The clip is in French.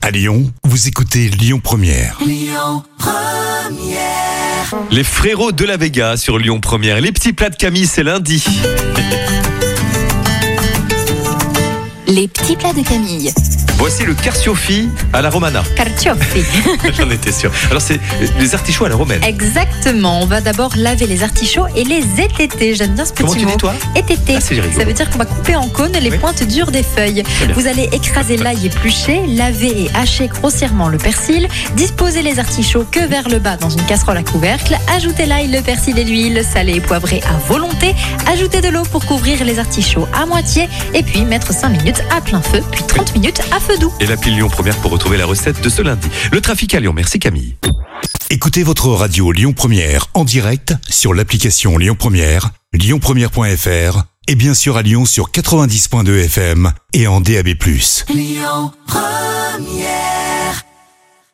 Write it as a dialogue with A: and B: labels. A: À Lyon, vous écoutez Lyon Première.
B: Les frérots de la Vega sur Lyon Première. Les petits plats de Camille, c'est lundi.
C: Les petits plats de Camille.
B: Voici le carciofi à la romana.
C: Carciofi.
B: J'en étais sûr. Alors c'est les artichauts à la romaine.
C: Exactement. On va d'abord laver les artichauts et les étêter. J'aime bien ce petit
B: Comment tu
C: mot.
B: dis toi
C: Étêter.
B: Ah, c'est rigolo.
C: Ça veut dire qu'on va couper en cône les
B: Oui.
C: pointes dures des feuilles.
B: bien.
C: Vous allez écraser l'ail épluché, laver et hacher grossièrement le persil, disposer les artichauts que vers le bas dans une casserole à couvercle, ajouter l'ail, le persil et l'huile, saler et poivrer à volonté, ajouter de l'eau pour couvrir les artichauts à moitié et puis mettre 5 minutes à plein feu, puis 30 minutes à feu doux.
B: Et la pile Lyon Première pour retrouver la recette de ce lundi. Le trafic à Lyon. Merci Camille.
A: Écoutez votre radio Lyon Première en direct sur l'application Lyon Première, lyonpremière.fr et bien sûr à Lyon sur 90.2 FM et en DAB+.
D: Lyon Première